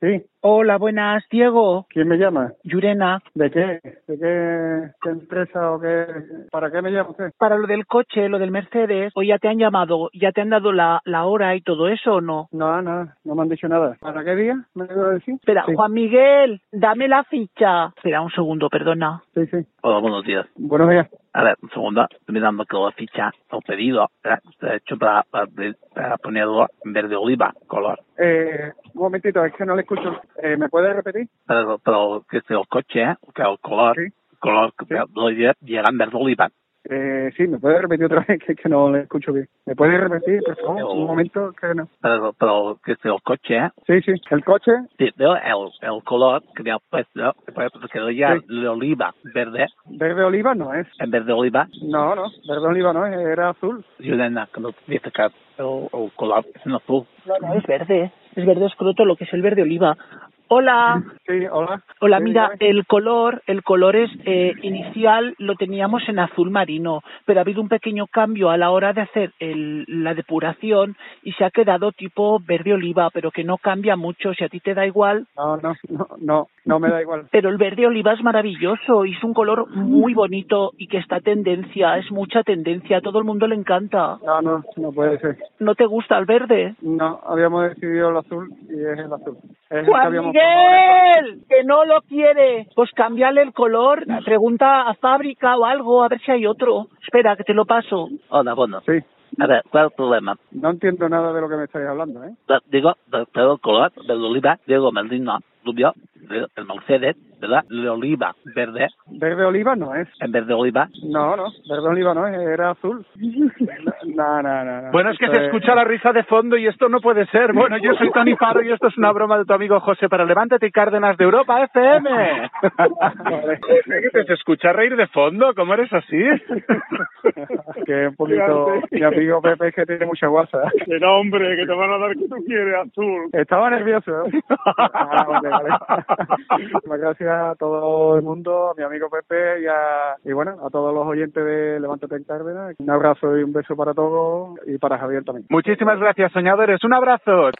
Sí, Hola, buenas, Diego. ¿quién me llama? Yurena, ¿De qué? ¿De qué, qué empresa o qué? ¿Para qué me llama usted? para lo del coche, lo del Mercedes, o ya te han llamado, ya te han dado la, la hora y todo eso o no. No, no, no me han dicho nada. ¿Para qué día me iba a decir? Espera, sí, Juan Miguel, dame la ficha. Espera un segundo, perdona. Sí, sí. Hola, buenos días. Buenos días. A ver, un segundo. Estoy mirando que la ficha, los pedidos, eh, se ha hecho para, para, para poner verde oliva, color. Eh, un momentito, es que no le escucho. Eh, ¿Me puede repetir? Pero, pero que sea el coche, eh, que el Ah. color, Sí. color, que Sí. lo lle- llega en verde oliva. Eh, sí, me puede repetir otra vez, que, es que no le escucho bien. ¿Me puede repetir, por favor? Yo- Un momento, que no. Pero, pero que sea el coche, eh, Sí, sí. El coche, sí, veo el, el color que me ha puesto, pues, que lo lleva Sí. de oliva, verde, verde oliva no es. en verde oliva, No, no, verde oliva no es, era azul. y una que no este dice que el, el color es en azul. No, no, es verde. Es verde escroto, lo que es el verde oliva. Hola. Mm. Sí, hola. Hola, Sí, mira, eh. dígame. el color, el color es eh, inicial lo teníamos en azul marino, pero ha habido un pequeño cambio a la hora de hacer el- la depuración y se ha quedado tipo verde oliva, pero que no cambia mucho. Si a ti te da igual, No, no, no, no, no me da igual. pero el verde oliva es maravilloso y es un color muy bonito y que está tendencia, es mucha tendencia, a todo el mundo le encanta. No, no, no puede ser. ¿No te gusta el verde? No, habíamos decidido el azul y es el azul. Es el que Juan Eh, habíamos tomado. Miguel, que no lo quiere. Pues cambiarle el color, pregunta a fábrica o algo, a ver si hay otro. Espera, que te lo paso. Hola, bueno. Sí, A ver, ¿cuál es el problema? no entiendo nada de lo que me estáis hablando, ¿eh? Pero, digo, pero- pero el color del oliva, digo, Merlino, rubio, de- el Mercedes, ¿verdad? De oliva, verde, Verde oliva no es. en verde oliva. No, no, verde oliva no es, era azul. No, no, no. no. Bueno, es que Esto se escucha la risa de fondo y esto no puede ser. Bueno, yo soy Tony Faro y esto es una broma de tu amigo José para Levántate y Cárdenas de Europa FM. Vale. José, que te escucha reír de fondo, ¿cómo eres así? que un poquito mi amigo Pepe es que tiene mucha guasa. Que no, hombre, que te van a dar que tú quieres, azul. Estaba nervioso. ¿eh? Ah, vale, vale. Muchas gracias a todo el mundo, a mi amigo Pepe y, a, y bueno, a todos los oyentes de Levántate en Cárdenas. Un abrazo y un beso para todos y para Javier también. Muchísimas gracias, soñadores. Un abrazo.